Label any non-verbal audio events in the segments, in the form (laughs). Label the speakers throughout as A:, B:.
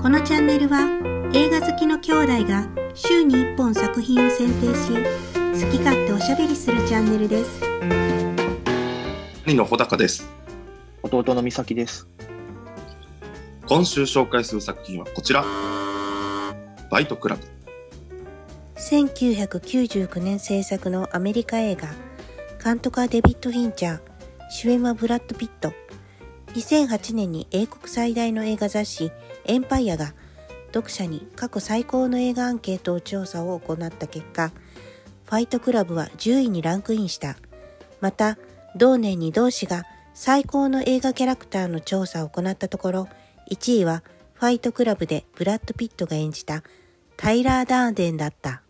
A: このチャンネルは映画好きの兄弟が週に1本作品を選定し好き勝手おしゃべりするチャンネルです
B: 兄の穂高です
C: 弟の美咲です。
B: 今週紹介する作品はこちらバイトクラブ
D: 1999年制作のアメリカ映画監督はデビッド・フィンチャー主演はブラッド・ピット2008年に英国最大の映画雑誌「エンパイア」が読者に過去最高の映画アンケートを調査を行った結果「ファイトクラブ」は10位にランクインしたまた同年に同誌が最高の映画キャラクターの調査を行ったところ1位は「ファイトクラブ」でブラッド・ピットが演じたタイラー・ダーデンだった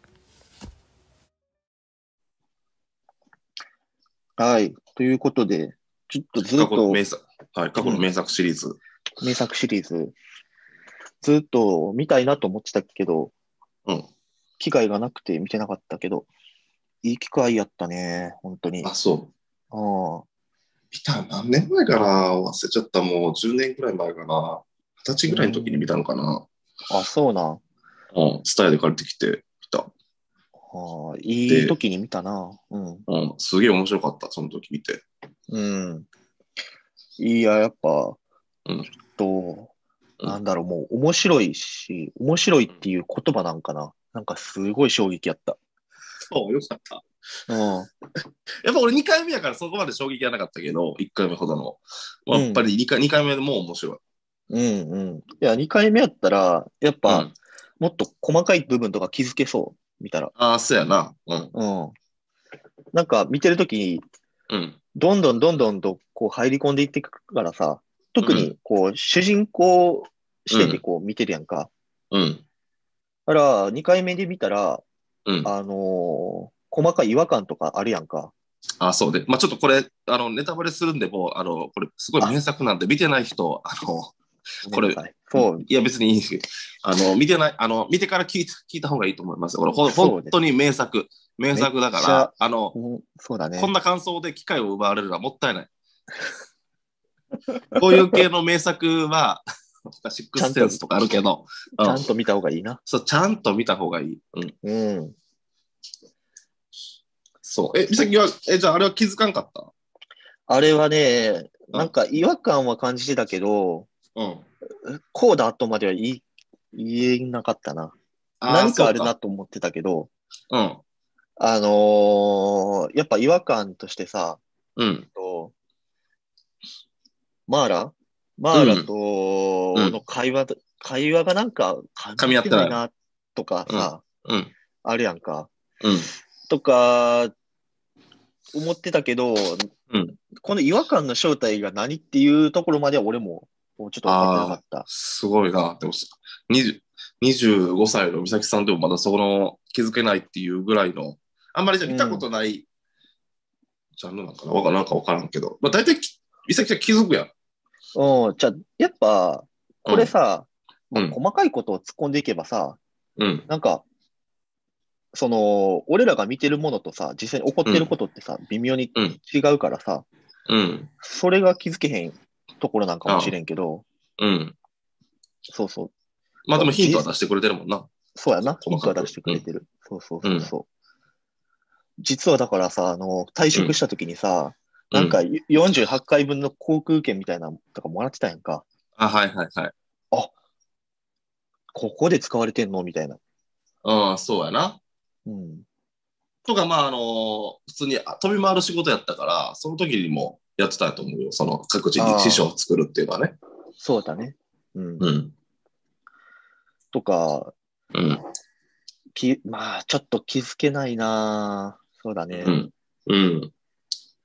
C: はい。ということで、ちょっとずっ
B: 過去の
C: と
B: 名作、はい、過去の名作シリーズ、
C: 名作シリーズ、ずっと見たいなと思ってたけど、
B: うん
C: 機会がなくて見てなかったけど、いい機会やったね、本当に。
B: あそう
C: あー
B: 見た何年前かな忘れちゃったもう10年ぐらい前かな二十歳ぐらいの時に見たのかな
C: あ、そうなん。
B: うんスタイルで借りてきて見た、
C: あーいい時に見たな。うん。
B: うん、すげえ面白かったその時見て
C: うん。いや、やっぱ、
B: うん
C: ちょっ
B: う
C: と、
B: ん
C: なんだろう、もう面白いし、面白いっていう言葉なんかな。なんかすごい衝撃やった。
B: そうよかった
C: うん。
B: やっぱ俺2回目やからそこまで衝撃はなかったけど1回目ほどの、まあ
C: うん
B: やっぱり 2, 回二回目でもう面白い、
C: うんうん。いや、2回目やったら、やっ
B: う
C: ぱ
B: ん、
C: もっと細かい部分とか気づけそう、見たら。
B: ああそうやなうん
C: うん。なんか、見てるときに、
B: うん
C: どんどんどんどんと、こう、入り込んでいってくからさ、特
B: う
C: に、こう、主人公視点
B: う
C: で
B: ん
C: こう、見てるやんか。
B: うん
C: だから、2回目で見たら、
B: うん
C: あのー細かい違和感とかあるやんか。
B: あ、そうで。まあ、ちょっとこれ、あの、ネタバレするんで、もう、あの、これ、すごい名作なんで、見てない人、あの、これ
C: はいそう。
B: いや、別にいいんですけど、あの、見てない、あの、見てから聞いた聞いた方がいいと思います。これ、ほん
C: そう
B: 本
C: です
B: 当に名作。名作だか
C: めっちゃ
B: ら、あの、
C: うんそうだね。
B: こんな感想で機会を奪われるのはもったいない。こういう系の名作は、シックスセンスとかあるけど、う
C: ちゃ
B: ん
C: んと見た方がいいな。
B: そう、ちゃんと見た方がいい。うん。
C: うん。
B: そう。え、美咲は、え、じゃあ、あれは気づかんかった
C: あれはね、なんか違和感は感じてたけど、
B: うん。
C: こうだとまでは言い言えなかったな。
B: ー
C: なんかある
B: そ
C: な
B: う
C: と思ってたけど、
B: か
C: あのーやっぱ違和感としてさ、
B: うん。うん。
C: とマーラマーラと
B: うん
C: の会話、会話がなんか
B: 噛み合ってない
C: なとかさ、
B: うん。
C: あるやんか。
B: うん。
C: とか、思ってたけど、
B: うん
C: この違和感の正体が何っていうところまでは俺も、もうちょっと分かってなかった。
B: すごいな。でも、す20 25歳の美咲さんでもまだその気づけないっていうぐらいの、あんまりじゃあ見たことない、ジャンルなんかなわかなんかわからんけど、まあ、大体き美咲ちゃん気づくやん。
C: うん、じゃあ、やっぱ、これさ、
B: うん
C: まあ細かいことを突っ込んでいけばさ、
B: うん。
C: なんか、その、俺らが見てるものとさ、実際に起こってることってさ、微妙に
B: うん
C: 違うからさ、
B: うん。
C: それが気づけへんところなんかもしれんけど、
B: うん。
C: そうそう、
B: まあでもヒントは出してくれてるもんな。
C: そうやな、ヒ
B: 細
C: ント
B: かく
C: は出してくれてる。そうそうそうそう。実はだからさ、あの、退職した時にさ、
B: うん
C: なんか48回分の航空券みたいなのとかもらってたやんか。
B: あ、はいはいはい。
C: ここで使われてんのみたいな。
B: うん、そうやな。
C: うん。
B: とか、まあ、あの普通にあ飛び回る仕事やったから、その時にもやってたと思うよ。その各地
C: あ
B: に
C: ー
B: 師匠を作るっていうのはね。
C: そうだね。うん。
B: うん。
C: とか、
B: うん。
C: き、まあ、ちょっと気づけないなぁそうだね。
B: うん。うん。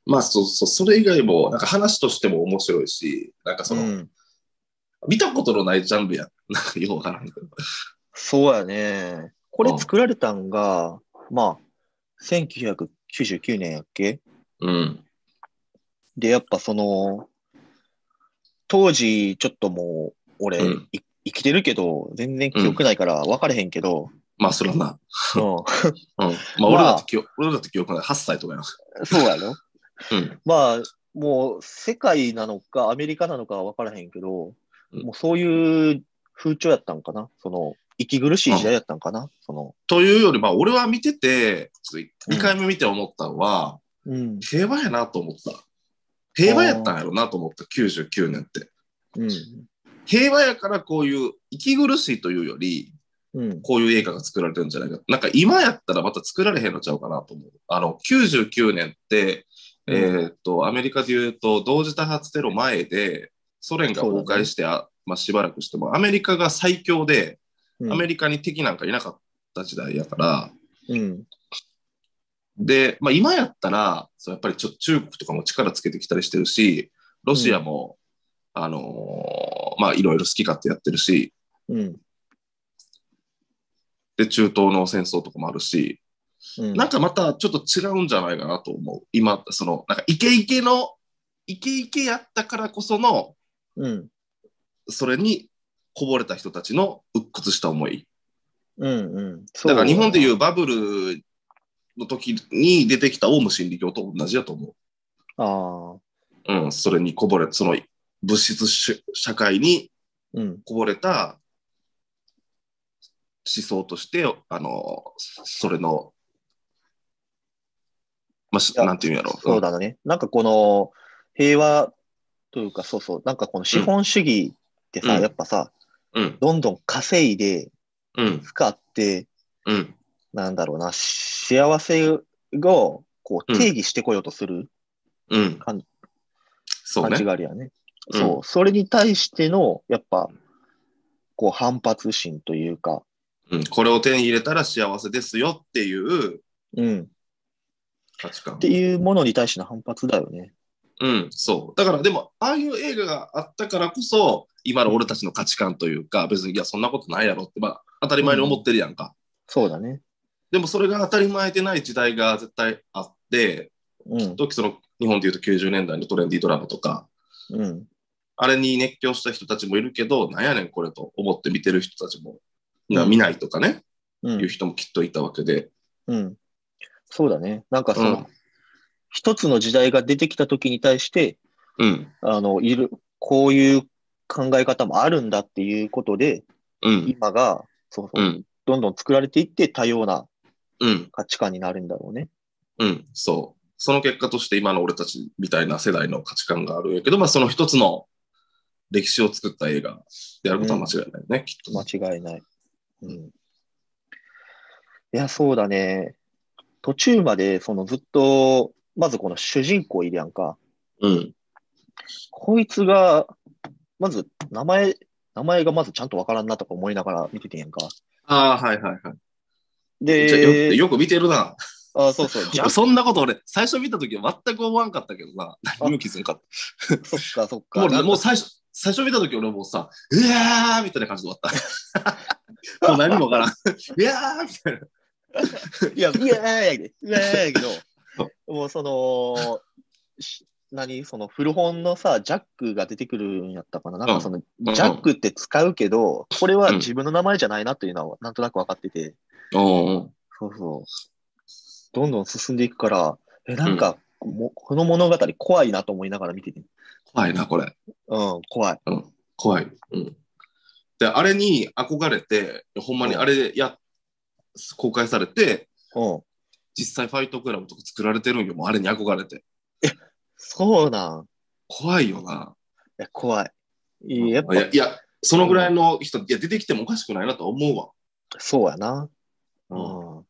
B: まあ、そうそう、それ以外も、なんか話としても面白いし、なんかその、
C: うん
B: 見たことのないジャンルやん。 (laughs) なんかようわからんけど。
C: そうやね。これ作られたんが、まあ、1999年やっけ
B: うん。
C: で、やっぱその、当時、ちょっともう、俺、
B: うん
C: い生きてるけど、全然記憶ないから分かれへんけ (laughs) ど、
B: まあ、それはな。
C: うん
B: うん。まあ、俺だって記憶、俺だって記憶ない。8歳とかやな。
C: そうやろ
B: うん。
C: まあ、もう、世界なのか、アメリカなのかは分からへんけど、
B: うん
C: もうそういう風潮やったんかなその、息苦しい時代やったんかなその、
B: というより、まあ、俺は見てて、ちょっと
C: うん
B: 2回目見て思ったのは、
C: うん、
B: 平和やなと思った。平和やったんやろなと思った、99年って。
C: うん、
B: 平和やからこういう、息苦しいというより、
C: うん、
B: こういう映画が作られてるんじゃないか。なんか今やったらまた作られへんのちゃうかなと思う。あの、99年って、
C: うん
B: えーっと、アメリカで言うと、同時多発テロ前で、ソ連が崩壊して、あまあ、しばらくしても、アメリカが最強で、
C: うん、
B: アメリカに敵なんかいなかった時代やから、
C: うん、
B: で、まあ、今やったら、そうやっぱりちょ中国とかも力つけてきたりしてるし、ロシアも、あのーまあ、いろいろ好き勝手やってるし、
C: うん、
B: で、中東の戦争とかもあるし、
C: うん、
B: なんかまたちょっと違うんじゃないかなと思う。今、その、なんかイケイケの、イケイケやったからこその、
C: うん、
B: それにこぼれた人たちの鬱屈した思い。
C: うん、うん、そう
B: だから日本でいうバブルの時に出てきたオウム真理教と同じだと思
C: ああ、
B: う。うん、それにこぼれ、その物質主社会に
C: うん、
B: こぼれた思想として、あの、それの、まあし、
C: いや
B: なんていうんやろ。
C: そうだね。なんかこの平和というか、そうそう、なんかこの資本主義ってさ、
B: うん
C: やっぱさ、
B: うん。
C: どんどん稼いで、
B: うん。
C: 使って、
B: うん。
C: なんだろうな、幸せをこう定義してこようとする
B: うん。
C: 感
B: そう
C: 感じ
B: ね。
C: があるよね。
B: うん
C: そう、それに対しての、やっぱ、こう反発心というか、
B: うん、これを手に入れたら幸せですよっていう
C: うん、
B: 価値観
C: っ。ていうものに対しての反発だよね。
B: うん、そう。だからでも、ああいう映画があったからこそ、今の俺たちの価値観というか、別に、いや、そんなことないやろって、まあ、当たり前に思ってるやんか。
C: そうだね。
B: でも、それが当たり前でない時代が絶対あって、
C: うん、
B: 時その、日本でいうと90年代のトレンディードラマとか、
C: うん、
B: あれに熱狂した人たちもいるけど、なんやねんこれと思って見てる人たちも、な
C: うん
B: 見ないとかね、
C: う、
B: いうん人もきっといたわけで、
C: うん。そうだね。なんかそうの
B: ん、、
C: 一つの時代が出てきた時に対して、
B: うん、
C: あの、いる、こういう考え方もあるんだっていうことで、
B: うん、
C: 今が、そうそうう、
B: ん、
C: どんどん作られていって多様な
B: うん。
C: 価値観になるんだろうね。
B: うん、そう。その結果として今の俺たちみたいな世代の価値観があるんやけど、まあその一つの歴史を作った映画であることは間違いないね、きっと。
C: 間違いない。うん。いや、そうだね。途中まで、そのずっと、まずこの主人公いるやんか。
B: うん。
C: こいつが、まず名前、名前がまずちゃんとわからんなとか思いながら見ててんやんか。
B: ああ、はいはいはい。じゃあよ
C: で、
B: よく見てるな。
C: あ、そうそう、ジャ
B: そんなこと俺、最初見た時は全く思わんかったけどな。何も気づんかっ。
C: そっかそったか。
B: も
C: な
B: うんもう
C: か
B: 最初、最初見た時俺もうさ、うわーみたいな感じで終わった。 (laughs) もう何もわからん。うわーみたいな。
C: いや、いやいやいや、いやいやけど、もうその、し何その古本のさ、ジャックが出てくるんやったかな。なんかその、
B: うん
C: ジャックって使うけど、これは
B: うん
C: 自分の名前じゃないなというのは、なんとなく分かってて、
B: おー
C: そうそう。どんどん進んでいくから、え、なんか、もこの物語怖いなと思いながら見てて。
B: 怖いな、これ。
C: うん、怖い。
B: 怖い。うん。で、あれに憧れて、ほんまにあれや、公開されて、
C: うん。
B: 実際ファイトクラブとか作られてるんよ、もうあれに憧れて。
C: そうなん。
B: 怖いよな。
C: いや、怖い。いややっぱ
B: い、や、いやそのぐらいの人、いや、出てきてもおかしくないなとは思うわ。
C: そうやな。う
B: うん
C: ん。
B: なん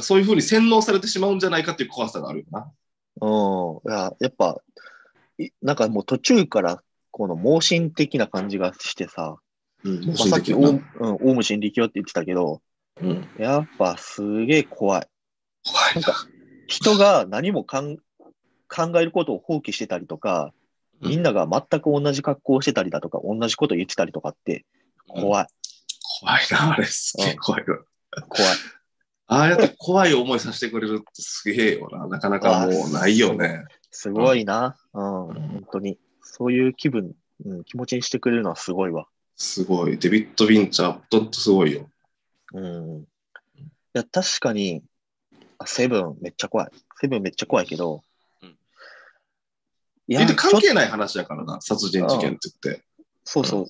B: かそういうふうに洗脳されてしまうんじゃないかっていう怖さがあるよな。
C: うん、いや、やっぱ、いなんかもう途中から、この盲信的な感じがしてさ、
B: うん、
C: まあ、
B: も
C: さっきオ
B: う
C: ウ,、うん、オウム真理教って言ってたけど、
B: うん、
C: やっぱすげえ怖い。
B: 怖い
C: なん
B: な。
C: か、人が何もかん考えることを放棄してたりとか、
B: うん
C: みんなが全く同じ格好をしてたりだとか、同じこと言ってたりとかって、怖い、
B: 怖いな、あれ、すげえ怖いわ。
C: 怖い。
B: ああやって怖い思いさせてくれるってすげえよな。なかなかもうないよね。
C: すごいな。うん、
B: ん
C: 本当に。そういう気分、うん、気持ちにしてくれるのはすごいわ。
B: すごい。デビッド・ヴィンチャー、ほ当とすごいよ。
C: うん。いや、確かに、あセブンめっちゃ怖い。セブンめっちゃ怖いけど。
B: うん
C: い
B: 言って関
C: ちょ
B: 係ない話やからな、殺人事件って言って。
C: そうそう。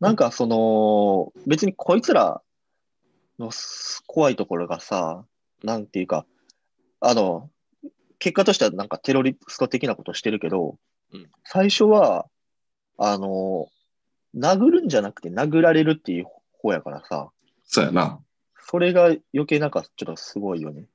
C: なんかその、別にこいつらのす怖いところがさ、なんていうか、あの、結果としてはなんかテロリスト的なことしてるけど、
B: うん
C: 最初は、あの、殴るんじゃなくて殴られるっていう方やからさ、
B: そうやな。
C: それが余計なんかちょっとすごいよね。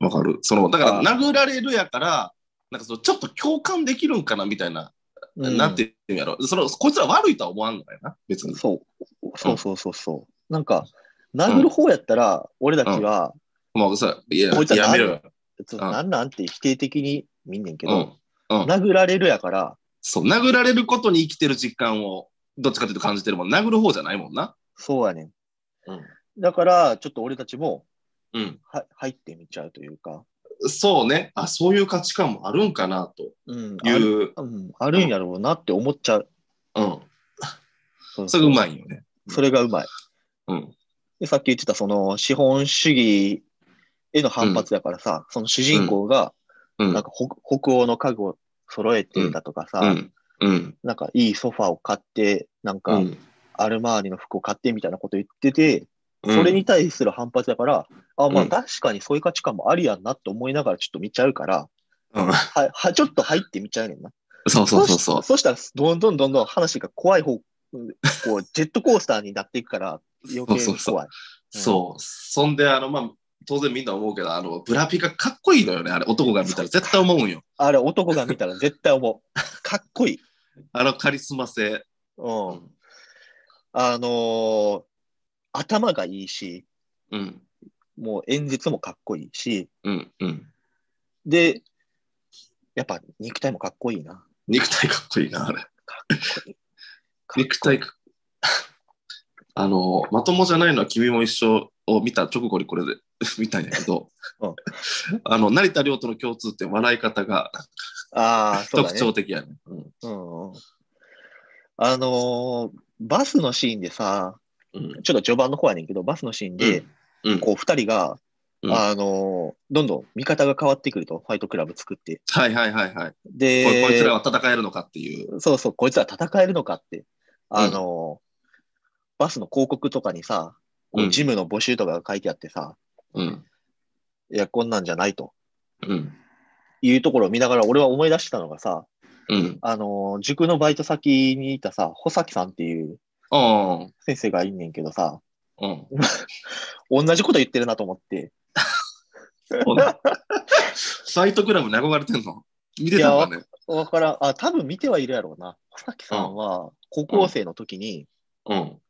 B: わかる。その、だから、殴られるやから、なんかその、ちょっと共感できるんかなみたいな、なんていうんやろ。その、こいつら悪いとは思わんのやな、別に。
C: そう、そうそうそうそう。なんか、殴る方やったら、俺たちは、
B: まあ、さ、いや、
C: こいつら
B: やめろよ。
C: ちょっ
B: う
C: と
B: ん
C: なんなんって否定的に見んねんけ
B: う
C: ど
B: ん、。うん。
C: 殴られるやから、
B: そう、殴られることに生きてる実感を、どっちかというと感じてるもん。殴る方じゃないもんな。
C: そうやねん。
B: うん。
C: だから、ちょっと俺たちも
B: うん。
C: は入ってみちゃうというか、
B: そうね。あ、そういう価値観もあるんかな、と
C: うん、
B: い
C: ある
B: う。
C: うんあるんやろうなって思っちゃう。
B: うん。
C: そう
B: それがうまいよね。
C: それがうまい。
B: うん。
C: で、さっき言ってた、その、資本主義への反発やからさ、その主人公が、
B: うん。
C: なんか北、北欧の家具を揃えてだとかさ、
B: うん。うん。
C: なんかいいソファーを買って、なん
B: う
C: か
B: ん。
C: アルマーニの服を買ってみたいなこと言ってて、
B: うん
C: それに対する反発だから、あ、ま
B: う
C: あ
B: ん
C: 確かにそういう価値観もありやんなって思いながらちょっと見ちゃうから、
B: うん。 (laughs)
C: は、は、ちょっと入ってみちゃうねんな。
B: そうそうそうそう
C: し。そしたら、どんどんどんどん話が怖い方、こ
B: (laughs)
C: う、ジェットコースターになっていくから、余計
B: そう
C: に
B: そう
C: 怖い。
B: そう。そんで、あの、まあ、当然みんな思うけど、あの、ブラピがかっこいいのよね。あれ、男が見たら絶対思うんよ。
C: あれ、男が見たら絶対
B: (laughs)
C: 思う。かっこいい。
B: あのカリスマ性。う
C: うん。。あのー頭がいいし、
B: うん。
C: もう演説もかっこいいし、
B: うん。うん。
C: で、やっぱ肉体もかっこいいな。
B: (laughs) 肉体かっこいいな、あれ。
C: かっ
B: 肉体か (laughs) あの、まともじゃないのは君も一緒を見た直後にこれで (laughs) 見たんやけど、
C: うん
B: (laughs) あの、成田凌との共通点、笑い方が
C: ああ、そうだ
B: 特
C: ね。
B: 徴的やね。うん
C: うんうん。あのーバスのシーンでさ、
B: うん
C: ちょっと序盤の方やねんけど、バスのシーンで、
B: うん
C: こう、二人が、
B: うん
C: あのーどんどん味方が変わってくると、ファイトクラブ作って。
B: はいはいはいはい、
C: で、
B: これこいつらは戦えるのかっていう。
C: そうそう、こいつら戦えるのかって。あのーバスの広告とかにさ、こ
B: う
C: うんジムの募集とかが書いてあってさ、
B: うん。
C: いや、こんなんじゃないと
B: うん。
C: いうところを見ながら、俺は思い出してたのがさ、
B: うん。
C: あのー塾のバイト先にいたさ、穂崎さんっていう
B: ああ。
C: 先生がいんねんけどさ、
B: うん。
C: 同じこと言ってるなと思って。
B: そうだファイトクラブに憧れてんの見てたんだね。
C: わからん。あ、多分見てはいるやろうな。穂崎さんは、高校生の時に、
B: うん。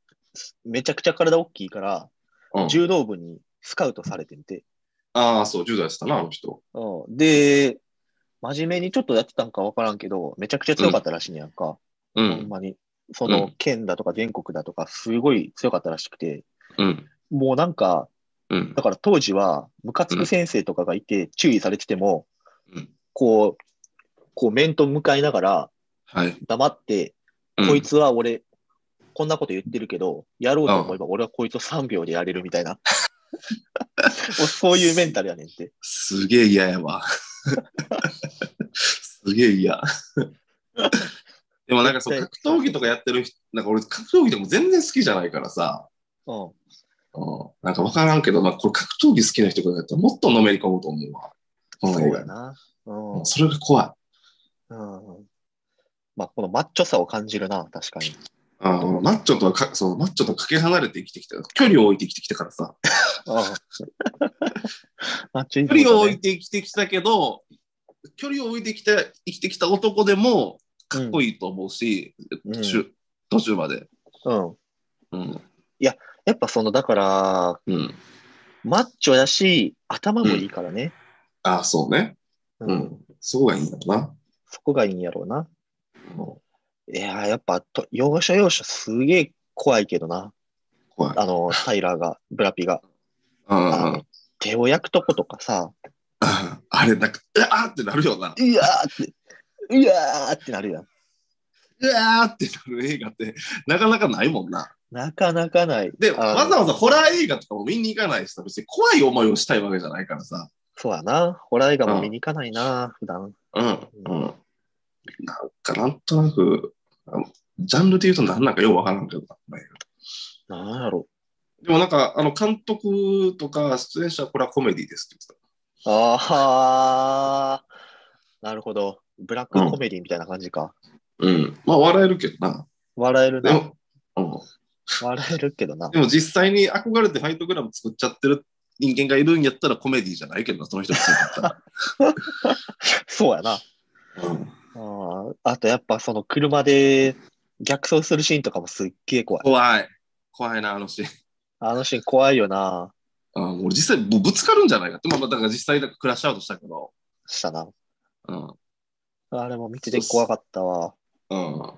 C: めちゃくちゃ体大きいから、
B: うん、
C: 柔道部にスカウトされてて。
B: ああ、そう、10代したな、あの人。
C: うんで、真面目にちょっとやってたんかわからんけど、めちゃくちゃ強かったらしいねやんか。
B: う
C: ほん
B: ん。
C: まに。そうの
B: ん、
C: 県だとか全国だとか、すごい強かったらしくて。
B: うん。
C: もうなんか、
B: うん
C: だ。から当時は、ムカつく先生とかがいて、注意されてても、
B: うん
C: こう、こう面と向かいながら、
B: はい。
C: 黙って、
B: うん
C: こい。つは俺、こんなこと言ってるけど、やろうと思えば俺はこいつを3秒でやれるみたいな。 (laughs) もうそういうメンタルやねんって。
B: すげえ嫌やわ。すげえ嫌。でもなんかそう、
C: 絶
B: 格
C: 対
B: 闘技とかやってる人、なんか俺格闘技でも全然好きじゃないからさ、
C: うん。
B: うん、なんかわからんけど、まあこれ格闘技好きな人とかやったらもっとのめり込もうと思うわ。この
C: そ
B: 映
C: う
B: 画
C: や
B: に
C: な。う
B: うんん。それが怖い。
C: うん。まあ、このマッチョさを感じるな、確かに。
B: あのマッチョとはかそう、マッチョとかけ離れて生きてきた。距離を置いて生きてきたからさ。
C: うんマッチョイズ
B: 距
C: ム
B: 離を
C: と
B: 置
C: ね
B: いて生きてきたけど、距離を置いてきた、生きてきた男でも、かっこいいと思うし、
C: うん
B: 途中、途中まで。
C: うん。
B: うん。
C: やっぱその、だから、
B: うん。
C: マッチョやし、頭もいいからね。
B: ああ、そうね。
C: う
B: う。ん。そこがいいんだろうな。
C: そこがいいんやろうな。いやーやっぱと、要所要所すげえ怖いけどな。
B: 怖い。
C: あの、タイラーが、ブラピが。
B: うん (laughs)
C: あの手を焼くとことかさ、
B: ああれ、なんか、うわーってなるよな。
C: うわーって、うわーってなるやん。
B: うわーってなる映画って、なかなかないもんな。
C: なかなかない。
B: で、
C: あの
B: わざわざホラー映画とかも見に行かないしさ、別に怖い思いをしたいわけじゃないからさ。
C: そうやな。ホラー映画も見に行かないな、普段。
B: うん。うん。なんか、なんとなく、あのジャンルで言うと何なんかようわからんけどな。
C: なんやろ。
B: でもなんか、あの、監督とか出演者はこれはコメディですって言って
C: ああ、なるほど。ブラックコメディみたいな感じか。
B: た。うん。まあ、笑えるけどな。
C: 笑える
B: で
C: な。
B: も、うん。
C: 笑えるけどな。
B: でも実際に憧れてファイトクラブ作っちゃってる人間がいるんやったらコメディじゃないけどな、その人たちだったら。
C: そうやな。
B: (laughs) うん
C: あーあとやっぱその車で逆走するシーンとかもすっげえ怖い。
B: 怖い。怖いな、あのシーン。
C: あのシーン怖いよな。
B: あもう実際ぶぶつかるんじゃないかって、まあ、まあだから実際なんかクラッシュアウトしたけど。
C: したな。
B: うん。
C: あれも見てて怖かったわ。
B: うん。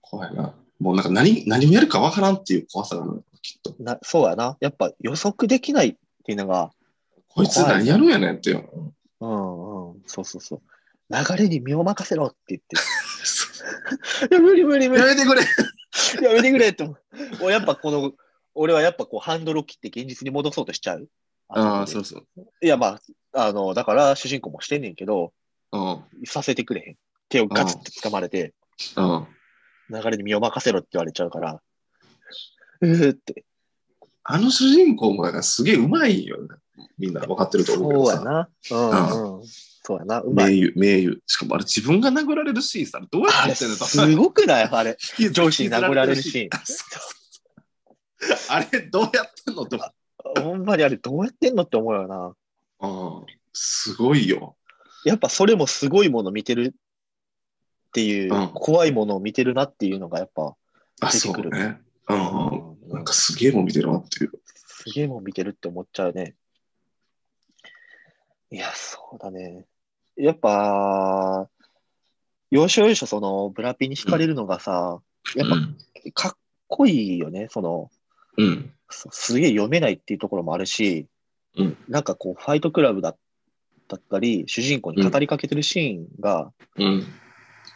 B: 怖いな。もうなんか何何をやるかわからんっていう怖さがあるのきっと。
C: な、そうやな。やっぱ予測できないっていうのが、
B: こいつ何やるんやねんっていう。うん
C: うんうん、そうそうそう。流れに身を任せろって言っ
B: そ
C: (laughs) て。い (laughs) や、無理無理無
B: う
C: 理
B: や。めてくれ
C: やめてくれって思う。俺やっぱこの、俺はやっぱこうハンドルを切って現実に戻そうとしちゃう。
B: ああ、(laughs)
C: で
B: そうそう。
C: いや、まあ、あの、だから主人公もしてんねんけど、
B: うん。
C: させてくれへん。手をガツって掴まれて、
B: うん。
C: 流れに身を任せろって言われちゃうから、うーって。
B: あの主人公もだからすげえうまいよね。みんな分かってると思うけ
C: そ
B: ど
C: う
B: さ。
C: やな。うんうん。そうやな。うま
B: 名
C: い。
B: 優、名優。しかもあれ自分が殴られるシーンさ、どうやって
C: あれ、
B: やってんの
C: すごくないあれ。
B: 引き
C: 上司に殴られるシー
B: あれ、どうやってんのと。
C: ン。 (laughs) ほんまにあれ、どうやってんのって思うよな。
B: うん。すごいよ。
C: やっぱそれもすごいもの見てるっていう、
B: うん
C: 怖いものを見てるなっていうのがやっぱ、
B: あ、
C: 出
B: そ
C: てく
B: う
C: る
B: ね。うんうん。
C: うん
B: なんかすげえもん見てるなっていう。
C: すげえもん見てるって思っちゃうね。いや、そうだね。やっぱ、要所要所そのブラピに惹かれるのがさ、やっぱ
B: うん
C: かっこいいよね。その、
B: うん。
C: すすげえ読めないっていうところもあるし、
B: うん
C: なんかこう、ファイトクラブだだったり、主人公に語りかけてるシーンが、
B: うん。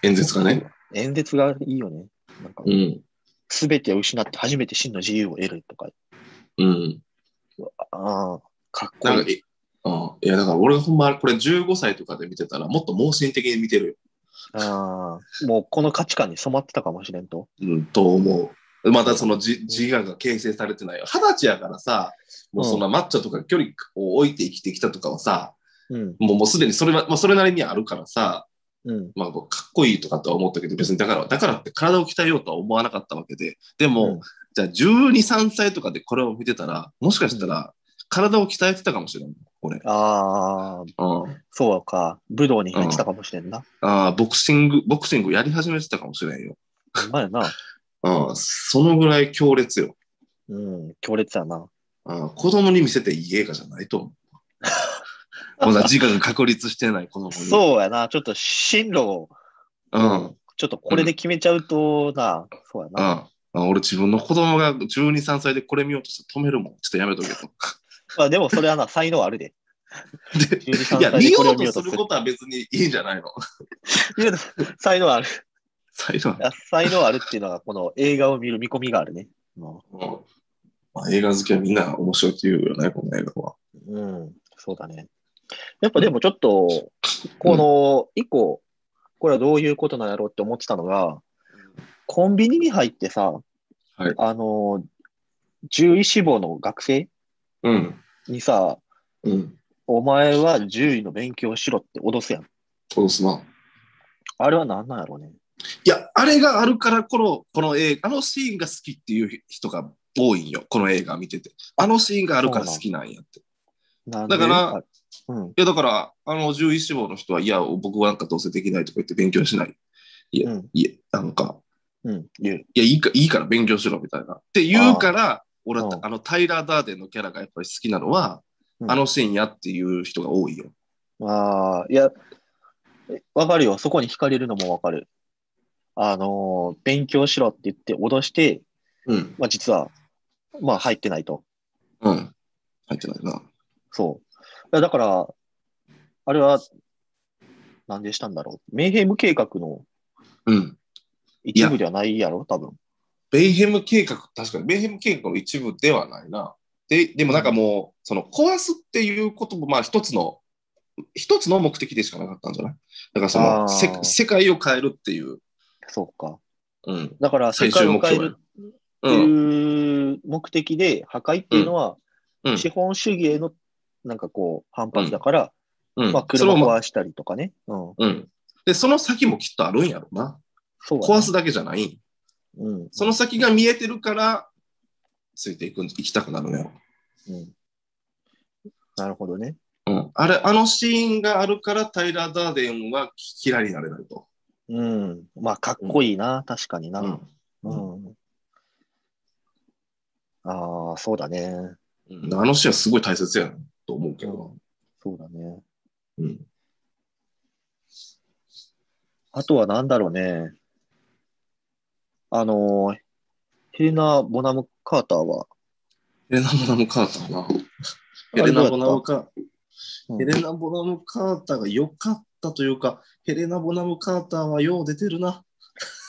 B: 演説がね。。
C: 演説がいいよね。なんか、
B: うん。
C: すべてを失って初めて真の自由を得るとか、
B: うん。
C: ああ、かっこ
B: なん
C: い
B: か、
C: い。
B: いうんいや、だから俺がほんまこれ15歳とかで見てたら、もっと盲信的に見てるよ。
C: ああ、もうこの価値観に染まってたかもしれんと。
B: うん、と思う。またその自自我が形成されてないよ。二十歳やからさ、もうそんなマッチョとか距離を置いて生きてきたとかはさ、
C: うん、
B: もうもうすでにそれは、まあ、それなりにあるからさ、
C: うん、
B: まあ、こうかっこいいとかとは思ったけど、別にだから、だからって体を鍛えようとは思わなかったわけで、でも、
C: うん
B: じゃあ12、3歳とかでこれを見てたら、もしかしたら体を鍛えてたかもしれない。俺。
C: ああ、
B: うん。
C: そうか。武道に入ってたかもしれんな。
B: ああ、ボクシング、ボクシングやり始めてたかもしれんよ。
C: うまいな。
B: うん。そのぐらい強烈よ。
C: うん、強烈やな。
B: うん。子供に見せていい映画じゃない (laughs) と思う。まだ自我が確立してない子供に。う。
C: そうやな。ちょっと進路を、
B: うん。
C: ちょっとこれで決めちゃうとな、そうや
B: う
C: な。
B: ん。俺自分の子供が12、3歳でこれ見ようとして止めるもん。ちょっとやめとけと。 (laughs)
C: まあでもそれはな、才能あるで。
B: で
C: 12 13
B: いや、
C: 歳で
B: 見よ
C: これを
B: う
C: 見よ
B: とす
C: うとする
B: ることは別にいいんじゃないの
C: (laughs) いや才能ある。
B: 最初は。
C: あ才能あるっていうのが、この映画を見る見込みがあるね。も
B: うんまあ、映画好きはみんな面白いって言うよね、この映画は。
C: ううん、そうだね。やっぱでもちょっと、この、以降、これはどういうことなんやろうって思ってたのが、コンビニに入ってさ、
B: はい
C: あの、獣医志望の学生
B: うん。
C: にさ、
B: うん。
C: お前は獣医の勉強をしろって脅すやん。
B: そうすな。
C: あれは何なんやろうね。
B: いや、あれがあるから、この、この映画、あのシーンが好きっていう人が多いんよ、この映画見てて。あのシーンがあるから好きなんやって。い
C: なんで
B: だから、
C: あうん、
B: や、だから、あの、獣医志望の人は、いや、僕はなんかどうせできないとか言って勉強しない。
C: うん、
B: いや、なんか、
C: うん、言う。
B: いや、いいか、いいから勉強しろみたいな。って言うから、俺は
C: うん
B: あの、タイラー・ダーデンのキャラがやっぱり好きなのは、
C: うん
B: あのシーンやっていう人が多いよ。
C: ああ、いや、えわかるよ。そこに惹かれるのもわかる。あのー勉強しろって言って脅して、
B: うん。
C: まあ実は、まあ入ってないと。
B: うん。入ってないな。
C: そう。いやだから、あれは、なんでしたんだろう。メイヘム計画の
B: うん。
C: 一部ではないやろ、多分。
B: ベイヘム計画、確かにベイヘム計画の一部ではないな。で、でもなんかもう、その、壊すっていうことも、まあ一つの、一つの目的でしかなかったんじゃないだからそ
C: あー
B: の、せ世界を変えるっていう。
C: そうか。
B: うん。
C: だから、
B: 最
C: 世界
B: 終
C: を
B: 目
C: 変え
B: 標
C: る
B: や
C: っ
B: う
C: て
B: ん。
C: いう目的で、破壊っていうのは、
B: うん。
C: 資本主義への、なんかこう、反発だから、
B: うん
C: まあ、
B: それ
C: 車
B: をまあ
C: 壊したりとかね。うん。
B: うん。で、その先もきっとあるんやろな。
C: そうだね
B: 壊すだけじゃない。
C: うん。
B: その先が見えてるから、ついていくん、行きたくなるのよ。
C: うん。なるほどね。
B: うん。あれ、あのシーンがあるから、タイラー・ダーデンは嫌いになれないと。
C: うん。まあ、かっこいいな、確かにな。
B: うん。
C: うん。ああ、そうだね。
B: うんあのシーンはすごい大切やなと思うけど
C: そうだね。
B: な。うん。
C: あとはなんだろうね。あのーヘレナ・ボナム・カーターは、
B: ヘレナ・ボナム・カーターな。ヘ
C: れ
B: レナ・ボナム・カーター。
C: うん
B: ヘレナ・ボナム・カーターが良かったというか、ヘレナ・ボナム・カーターはよう出てるな。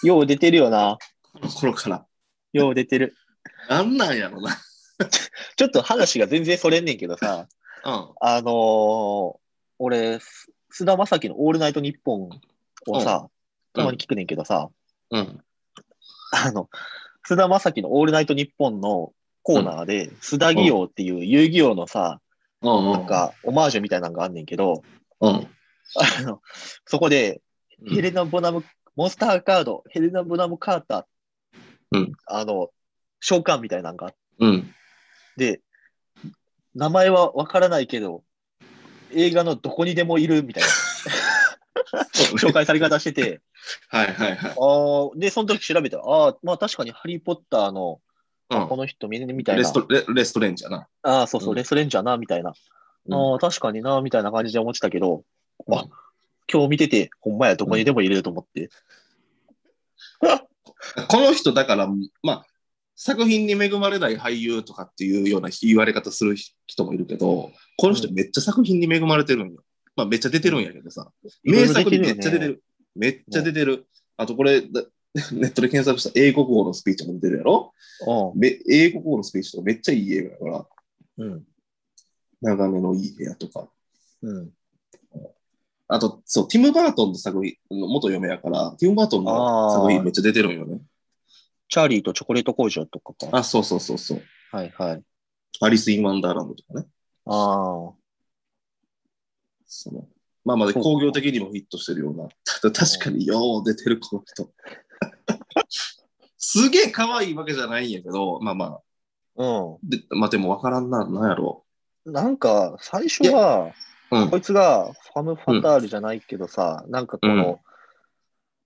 C: よう出てるよな。
B: この頃から。
C: よう出てる。
B: なんなんやろな。
C: ちょっと話が全然それんねんけどさ、
B: うん。
C: あのー俺、す菅田将暉のオールナイトニッポンをさ、たまに聞くねんけどさ、
B: うん。
C: あの、菅田将暉のオールナイトニッポンのコーナーで、須田義王っていう遊戯王のさ、
B: うん。
C: なんか、オマージュみたいなのがあんねんけど、
B: うん。
C: あの、そこで、ヘレナ・ボナム、モンスターカード、ヘレナ・ボナム・カーター、
B: うん
C: あの、召喚みたいなのがあっ
B: うん。
C: て、名前はわからないけど、映画のどこにでもいるみたい
B: (laughs)
C: な紹介され方してて、
B: はいはいはい。
C: あーで、その時調べたら、ああ、まあ確かにハリー・ポッターのこ
B: う
C: の人みみた
B: ん。
C: い
B: レ
C: な
B: ス、トレレストレンジやな。
C: ああ、そうそう、
B: うん
C: レストレンジャーな、みたいな、
B: うん
C: ああ、確かにな、みたいな感じで思ってたけど、
B: うん
C: あ今日見てて、ほんまや、どこにでもいると思って。
B: この人だから、まあ、作品に恵まれない俳優とかっていうような言われ方する人もいるけど、この人めっちゃ作品に恵まれてるんよ。まあめっちゃ出てるんやけどさ。
C: いろい
B: 名
C: ろ
B: 作にめっちゃ出て
C: できるよね
B: る。めっちゃ出てる。あとこれ、 (laughs) だネットで検索した英国語のスピーチも出てるやろ
C: うん
B: め英国語のスピーチとかめっちゃいい映画やから、
C: うん。
B: 長めのいい部屋とか。
C: うん。
B: あと、そう、ティム・バートンの作品、元嫁やから、ティム・バートンの作品めっちゃ出てるんよね。
C: チャーリーとチョコレート工場とかか。
B: あ、そうそうそうそう。
C: はいはい。
B: アリス・イン・ワンダーランドとかね。
C: ああ。
B: そのまあまあ、
C: そうか
B: 工業的にもヒットしてるような。ただ確かによう出てる、この人。すげえ可愛いわけじゃないんやけど、まあまあ、
C: う
B: でまあでも分からんな、なんやろ
C: ん。なんか、最初は、
B: う。うん
C: こ。いつがファム・ファタールじゃないけどさ、なんか
B: う
C: こ
B: ん
C: の、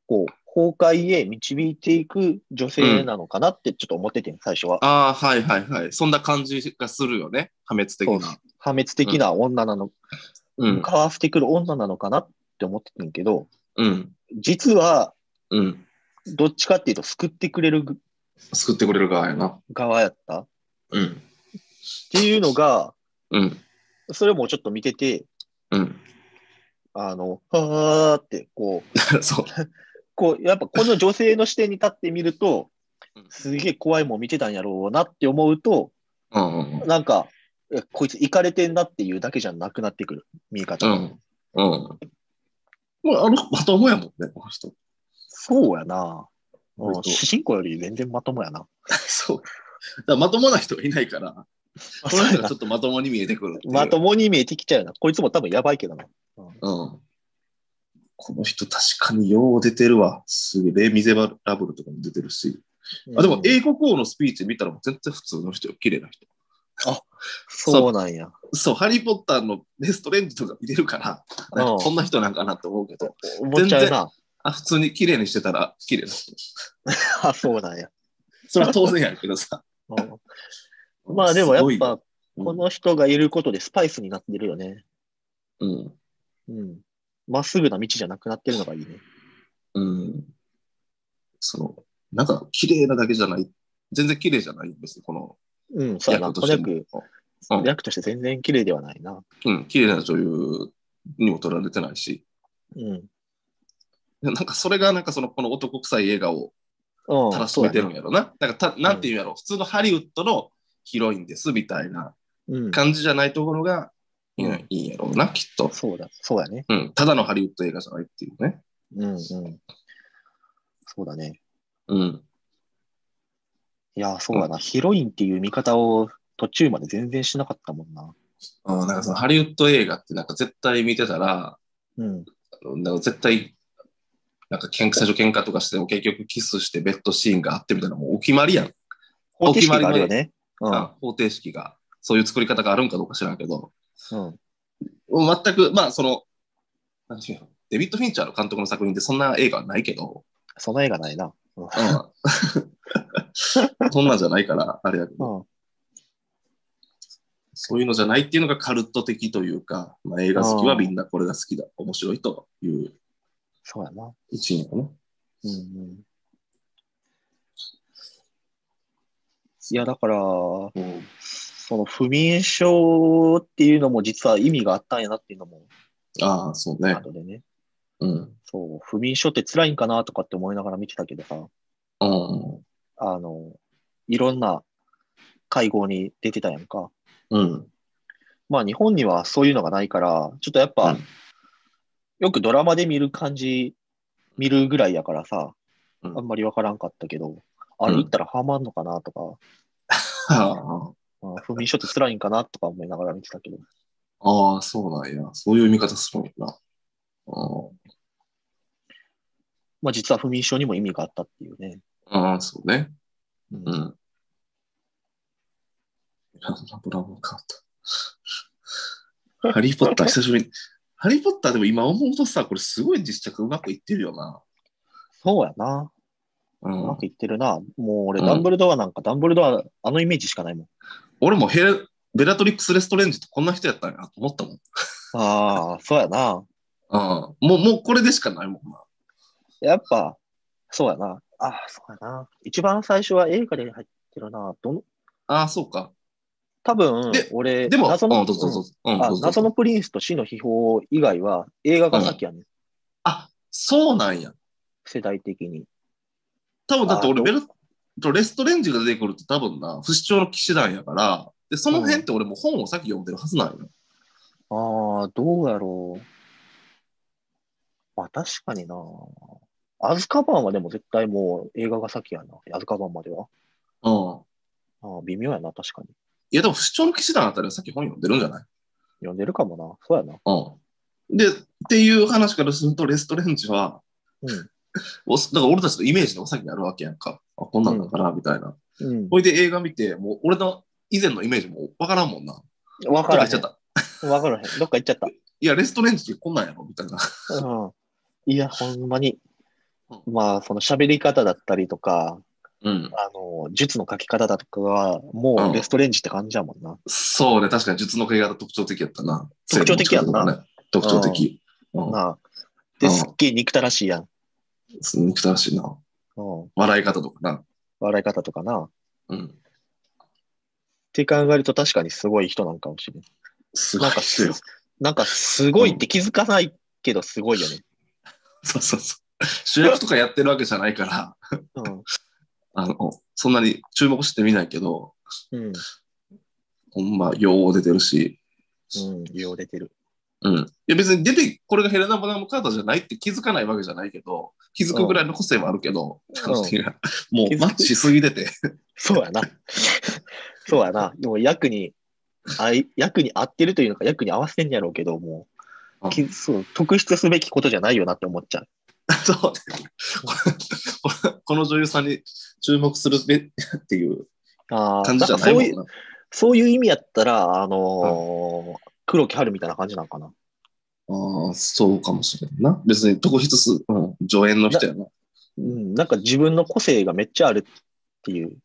C: こう、崩壊へ導いていく女性なのかなってちょっと思ってて、最初は。
B: ああ、はいはいはい。そんな感じがするよね。破滅的
C: そう
B: な。
C: 破滅的な女なの、
B: うん。
C: かわしてくる女なのかなって思っててんけど、
B: うん。
C: 実は、
B: うん。
C: どっちかっていうと救ってくれる
B: 救ってくれる側やな。
C: 側やったっ
B: うん。
C: ていうのが、
B: うん。
C: それもちょっと見てて、
B: うん。 (laughs)
C: あの、はーって、こう、
B: そう。
C: こう、やっぱこの女性の視点に立ってみると
B: うん、
C: すげえ怖いもん見てたんやろうなって思うと、
B: うんうんうん。
C: なんか、えこいつ行かれてんなっていうだけじゃなくなってくる、見え方
B: う
C: が。
B: ん。うん。まあ、あの、まともやもんね、この人。 (laughs)
C: そうやな。うん
B: 割と
C: 主人公より全然まともやな。
B: そう。だからまともな人がいないから、この人がちょっとまともに見えてくるっていう。
C: まともに見えてきちゃうな。こいつも多分やばいけどな。
B: うん。この人確かによう出てるわ。すげえ、レ・ミゼラブルとかも出てるし。あでも、英国王のスピーチ見たらもう全然普通の人よ。綺麗な人。
C: そうなんや。
B: そう、ハリー・ポッターのレストレンジとか見れるから、なん
C: うん
B: かこんな人なんかなって思うけど、
C: 思っちゃうな。
B: あ、普通に綺麗にしてたら綺麗な人。
C: (laughs) あそうなんや。
B: それは当然やけどさ。
C: うん (laughs) まあでもやっ
B: すごい
C: ぱ
B: よ、、うん
C: この人がいることでスパイスになってるよね。
B: うん。
C: うん。まっすぐな道じゃなくなってるのがいいね。
B: うん。その、なんか、綺麗なだけじゃない。全然綺麗じゃないんですよ、この
C: うん、そうやな。
B: 役と
C: 子
B: して
C: 役、
B: も。うん
C: 役として全然綺麗ではないな。
B: うん、綺麗な女優にも取られてないし。
C: うん。うん、
B: なんか、それが、なんか、その、この男臭い映画をたらし
C: そう
B: め
C: や
B: て
C: ね
B: るんやろな。なんかた、なんていうんやろ、普通のハリウッドのヒロインです、みたいな
C: うん。
B: 感じじゃないところが、いいんいいんやろうな、きっと。
C: そうだ、そうやね。
B: うん、ただのハリウッド映画じゃないっていうね。
C: うん、うん。そうだね。
B: うん。
C: いや、そうだな、ヒロインっていう見方を途中まで全然しなかったもんな。
B: うん、なんかそのハリウッド映画ってなんか絶対見てたら、
C: うん。
B: あのなんか絶対、なんか喧嘩、最初喧嘩とかしても結局キスしてベッドシーンがあってみたいな、もうお決まりやん。
C: 方程式があるよね。うん
B: あ方程式が。そういう作り方があるんかどうか知らんけど、
C: うん。
B: 全く、まあその、なんていうの、デビッド・フィンチャーの監督の作品ってそんな映画はないけど、
C: その絵がないな。うん。
B: うん (laughs) そんなんじゃないから、あれだけど、
C: うん
B: そういうのじゃないっていうのがカルト的というか、まあ、映画好きはみんなこれが好きだ、面白いという
C: そうやな。
B: 一員かな。
C: うんうん。いや、だから、その不眠症っていうのも実は意味があったんやなっていうのも、
B: ああ、そうね。
C: 後でね、
B: うん。
C: そう、不眠症って辛いんかなとかって思いながら見てたけどさ、
B: うん。
C: あの、いろんな会合に出てたやんか。
B: うん。
C: まあ日本にはそういうのがないから、ちょっとやっぱ、
B: うん
C: よくドラマで見る感じ、見るぐらいやからさ、
B: うん
C: あんまりわからんかったけど、あれ
B: うん
C: 行ったらハマんのかなとか、
B: あ
C: あ不眠症って辛いんかなとか思いながら見てたけど。
B: あ、そうなんや。そういう見方するんやな。う
C: まあ実は不眠症にも意味があったっていうね。
B: ん。ああ、そうね。
C: うん
B: うん。ラブラブカート。ハリー・ポッター、久しぶりに。ハリー・ポッターでも今思うとさ、これすごい実着うまくいってるよな。
C: そうやな。
B: う
C: うんま、くいってるな。もう俺、
B: うん
C: ダンブルドアなんか、ダンブルドア、あのイメージしかないもん。
B: 俺もヘレベラトリックス・レストレンジってこんな人やったんやと思ったもん。
C: ああ、そうやな。
B: うん、もうもうこれでしかないもんな。
C: やっぱ、そうやな。ああ、そうやな。一番最初は映画で入ってるな。どの
B: ああ、そうか。
C: 多分
B: で、
C: 俺、
B: でも、
C: 謎
B: う
C: の
B: ん、どうぞどうぞ。う、
C: うんんあ
B: どうぞ
C: 謎のプリンスと死の秘宝以外は映画が先やね、
B: あ、そうなんや。
C: 世代的に。
B: 多分だって俺、
C: あ
B: ベルとレストレンジが出てくると多分な、不死鳥の騎士団やから、で、その辺って俺もう本をさっき読んでるはずなんよ。
C: ああ、どうやろう。まあ確かにな。アズカバンはでも絶対もう映画が先やな。アズカバンまでは。
B: うん。
C: ああ微妙やな、確かに。
B: いや、でも、不死鳥の騎士団あたりはさっき本読んでるんじゃない
C: 読んでるかもな。そうやな。
B: うん。で、っていう話からすると、レストレンジは、
C: うん。
B: おだから俺たちのイメージのお先にあるわけやんか。あ、こんなんだから、みたいな。
C: うん
B: ほいで映画見て、もう俺の以前のイメージもわからんもんな。
C: わか
B: どっか行
C: ら
B: っちゃ
C: へ
B: った。
C: ん。わからへん。どっか行っちゃっ
B: いや、レストレンジってこんなんやろみたいな。
C: た。うん。いや、ほんまに
B: うん。
C: まあ、その喋り方だったりとか、
B: うん。
C: あの、術の書き方だとかは、も
B: うん
C: うレストレンジって感じやもんな。
B: そうね、確かに術の系が特徴的やったな。
C: 特徴的やんな
B: ね。特徴的。うん。
C: なあ。
B: う
C: で、
B: ん
C: すっげえ憎たらしいやん。
B: 憎たらしいな。
C: うん。
B: 笑い方とかな。
C: 笑い方とかな。っ
B: うん。
C: て考えると確かにすごい人なんかもしれん。
B: すごい
C: なんか
B: 人
C: す
B: よ。、
C: なんかすごいって気づかないけどすごいよね。
B: そうそうそう。主役とかやってるわけじゃないから。
C: う
B: あの、そんなに注目してみないけど、
C: ん。うん。
B: ほんま、よう出てるし、
C: うん。よう出てる。
B: うん。いや別に出て、これがヘレナ・ボナム・カーターじゃないって気づかないわけじゃないけど、気づくぐらいの個性はあるけど、
C: うん
B: なんていうかも
C: 気
B: う
C: づく
B: マッチしすぎてて、
C: そうやな。 (laughs) そうやな。でも役に、あい役に合ってるというのか、役に合わせてんやろうけど、も
B: う
C: う、
B: ん
C: きそう、特筆すべきことじゃないよなって思っちゃう。
B: (laughs) そうこれこれこの女優さんに注目するべっていう
C: ああ、
B: 感じじゃ
C: ん
B: な
C: か
B: い
C: そ
B: も
C: うんい
B: な
C: う、。そういう意味やったら、あのー黒木春みたいな感じなんかな。
B: ああ、そうかもしれんな。別に特筆す、うん、助演の人やな。
C: うん、なんか自分の個性がめっちゃあるっていう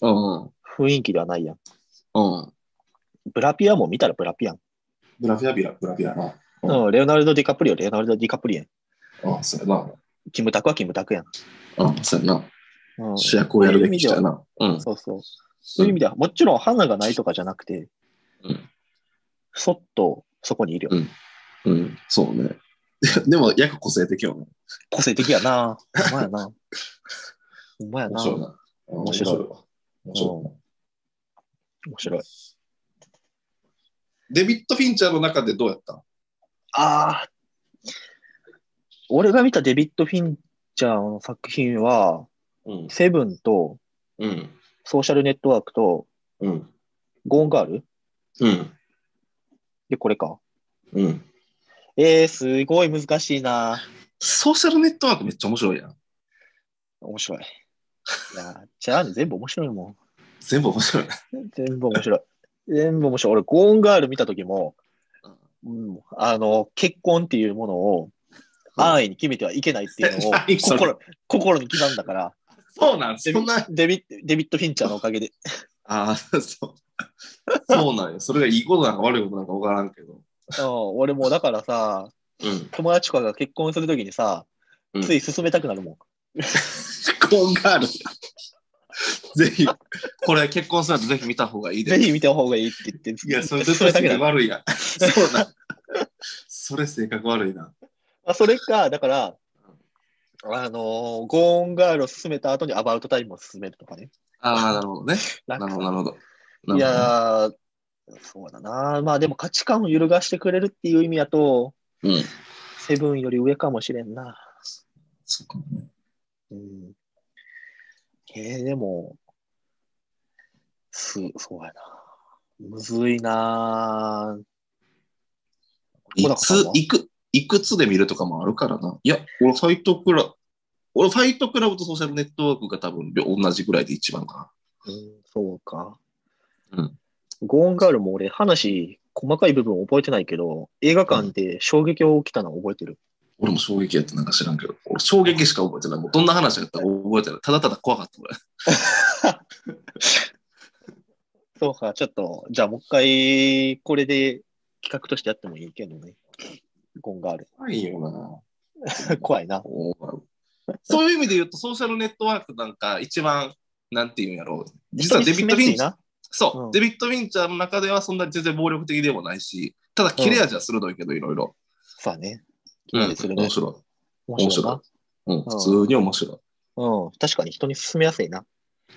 B: うん、
C: 雰囲気ではないやん。
B: うん、うん。
C: ブラピアも見たらブラピアン。
B: ブラフィアビラ、ブラフィアな。
C: うん、レオナルド・ディカプリオ、レオナルド・ディカプリエン。
B: ああ、そうやな。
C: キムタクはキムタクやん。
B: うん、そうやな。
C: うん、
B: 主役をやるべき人やな。うん。
C: そうそう。そういう意味では、もちろん花がないとかじゃなくて、
B: うん
C: そっとそこにいるよ。
B: うん、そうね。 (laughs) ででも、役個性的よね。
C: 個性的やな。ほんまやな。ほんまやな。
B: 面白い
C: 面
B: な。面
C: 白い
B: わ面白
C: 白い。
B: い。デビッド・フィンチャーの中でどうやった
C: ああ。俺が見たデビッド・フィンチャーの作品は、
B: うん。
C: セブンと、
B: うん。
C: ソーシャルネットワークと、
B: うん。
C: ゴーンガール
B: うん。
C: で、これか。
B: うん。
C: えー、すごい難しいな
B: ソーシャルネットワークめっちゃ面白いやん。
C: 面白い。いやーじゃあ全部面白いも
B: 全部面白いな。
C: ん。全部面白い。全部面白い。俺、ゴーンガール見た時も、うん、あの、結婚っていうものを安易に決めてはいけないっていうのを
B: (laughs) 何それ
C: 心心に刻んだから、
B: そうなん、
C: デ
B: そ
C: ビ
B: んな、
C: デビデビッド・フィンチャーのおかげで。
B: ああ、そう。そうなんよ。それがいいことなんか悪いことなんかわからんけど。
C: うん、俺もうだからさ、
B: (laughs) うん。
C: 友達とかが結婚するときにさ
B: う、ん
C: つい進めたくなるもん。
B: コーンガール。ぜひ、これ結婚するとぜひ見た方がいいで
C: ぜ
B: す。
C: ひ見た方がいいって言って、
B: いや、それ
C: 進
B: 絶対
C: めた
B: 性
C: くなる
B: 格悪いやん。そうなん。それ性格悪いな。
C: (laughs) あそれか、だから、あのーゴーンガールを進めた後にアバウトタイムを進めるとかね。
B: ああ、なるほどね。
C: な
B: なん
C: か
B: るほど、なるほど。
C: いやー、そうだな。まあでも価値観を揺るがしてくれるっていう意味だと、
B: うん。
C: セブンより上かもしれんな。
B: そうかもね。
C: うん。えー、でも、す、そうやな。むずいな。
B: い
C: 小高さん
B: つ
C: はい
B: く、いくつで見るとかもあるからな。いや、俺、ファイトクラブ、俺、ファイトクラブとソーシャルネットワークが多分、両同じぐらいで一番か
C: うん、そうか。
B: うん。
C: ゴーンガールも俺、話、細かい部分覚えてないけど、映画館で衝撃を受けたのは覚えてる。
B: な。俺も衝撃やってなんか知らんけど、俺、衝撃しか覚えてない。もうどんな話やったか覚えてない。ただただ怖かった、俺。
C: そうか、ちょっと、じゃあもう一回、これで企画としてやってもいいけどね。ゴーンガール。
B: 怖いよ
C: 怖いな。
B: な。そういう意味で言うと、ソーシャルネットワークなんか、一番、なんていうんやろう。実はデビッド・フィンチ
C: な。
B: そう、
C: うん
B: デビッド・フィンチャーの中ではそんなに全然暴力的でもないし、ただ切れ味は鋭いけど、いろいろ。
C: そうだね。
B: うん、
C: するね
B: 面白い。
C: 面
B: 面
C: 白い
B: 白。
C: な
B: い。うん、普通に面白い。
C: うん。確かに人に勧めやすいな。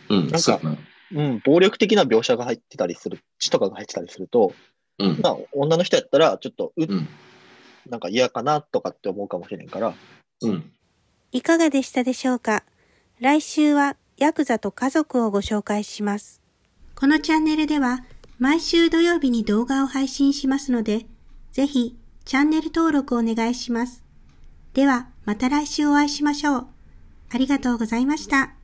B: うん、
C: んか
B: そうやな。
C: うん。暴力的な描写が入ってたりする、血とかが入ってたりすると、
B: うん、
C: まあ、女の人やったら、ちょっと、う
B: うん、
C: なんか嫌かなとかって思うかもしれんから、
B: うん。
D: いかがでしたでしょうか来週はヤクザと家族をご紹介します。
A: このチャンネルでは毎週土曜日に動画を配信しますので、ぜひチャンネル登録お願いします。ではまた来週お会いしましょう。ありがとうございました。